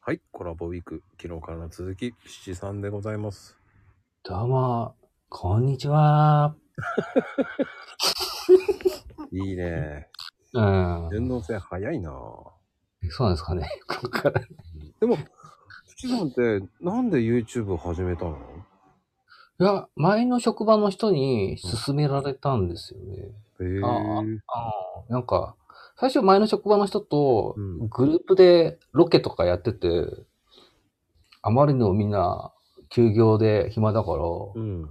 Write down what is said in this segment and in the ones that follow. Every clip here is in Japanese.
はい、コラボウィーク、昨日からの続き、ピチさんでございます。どうも、こんにちは。いいね。うん。連動性早いなぁそうなんですかね。ここから。いでも、ピチさんって、なんで YouTube を始めたのや、前の職場の人に勧められたんですよね。へぇあああ、なんか、最初前の職場の人とうんグループでロケとかやってて、あまりにもみんな休業で暇だから、うん。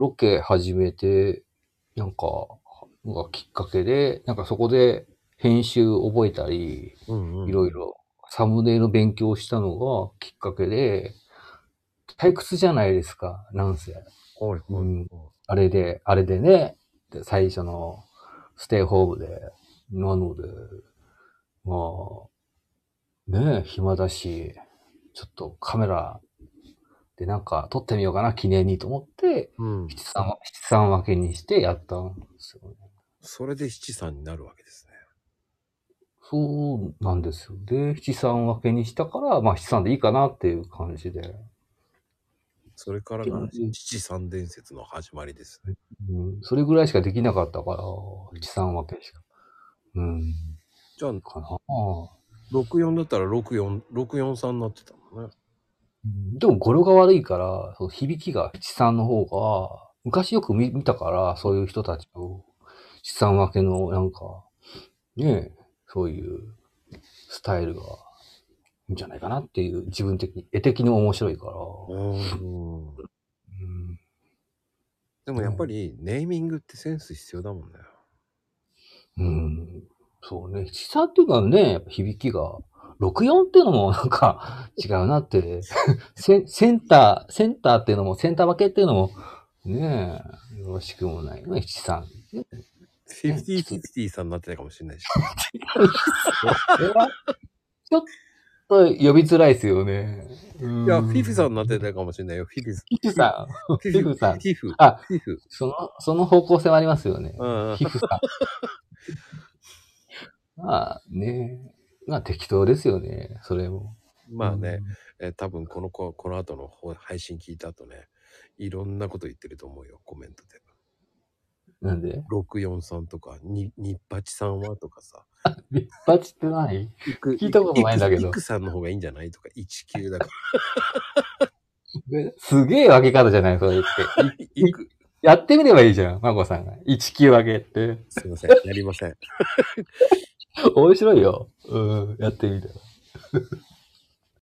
ロケ始めて、なんか、がきっかけで、なんかそこで編集覚えたり、うん、うん。いろいろサムネイルの勉強をしたのがきっかけで、退屈じゃないですか、なんせ。ろ。はい、はい。うんあれで、あれでね、で最初のステイホームで。なので、まあ、ねえ、暇だし、ちょっとカメラでなんか撮ってみようかな、記念にと思って、うん。七三わ七三分けにしてやったんですよね。それで七三になるわけですね。そうなんですよ。で、七三分けにしたから、まあ七三でいいかなっていう感じで。それからがうん七三伝説の始まりですね。うん、それぐらいしかできなかったから、七三分けしか。うん、じゃあ、かな。 64だったら64、643になってたのね。でも語呂が悪いから、その響きが七三の方が、昔よく見見たから、そういう人たちを、七三分けの、なんか、ねえ、そういうスタイルがいいんじゃないかなっていう、自分的に、絵的にも面白いから。うん。うんでもやっぱり、ネーミングってセンス必要だもんね。うんそうね。七三っていうかね、やっぱ響きが。64っていうのもなんか 違うなって。セセンター、センターっていうのも、センター分けっていうのも、ねえ、よろしくもないよね、七三。 50-50さんになってたかもしれないし。これは、ちょっと呼びづらいですよね。いいや、フィフさんになってたかもしれないよ。フィフさフィフさん。ん。フィフィフさんフィフ。あ、フィフ。その、その方向性はありますよね。うんうん。皮膚さん。 まあね、まあ適当ですよね、それも。まあね、えー多分この子、この後の方配信聞いた後ね、いろんなこと言ってると思うよ、コメントで。うん。なんで64さんとか、に、にっぱちさんはとかさ。立派ってないいく聞いたことないんだけどいくいくさんの方がいいんじゃないとか、19だかすげえ分け方じゃない、それって。 ら。いいく、やってみればいいじゃん、まこさんが。1級分けって。すいません、やりません。面白いよ。うん、やってみたら。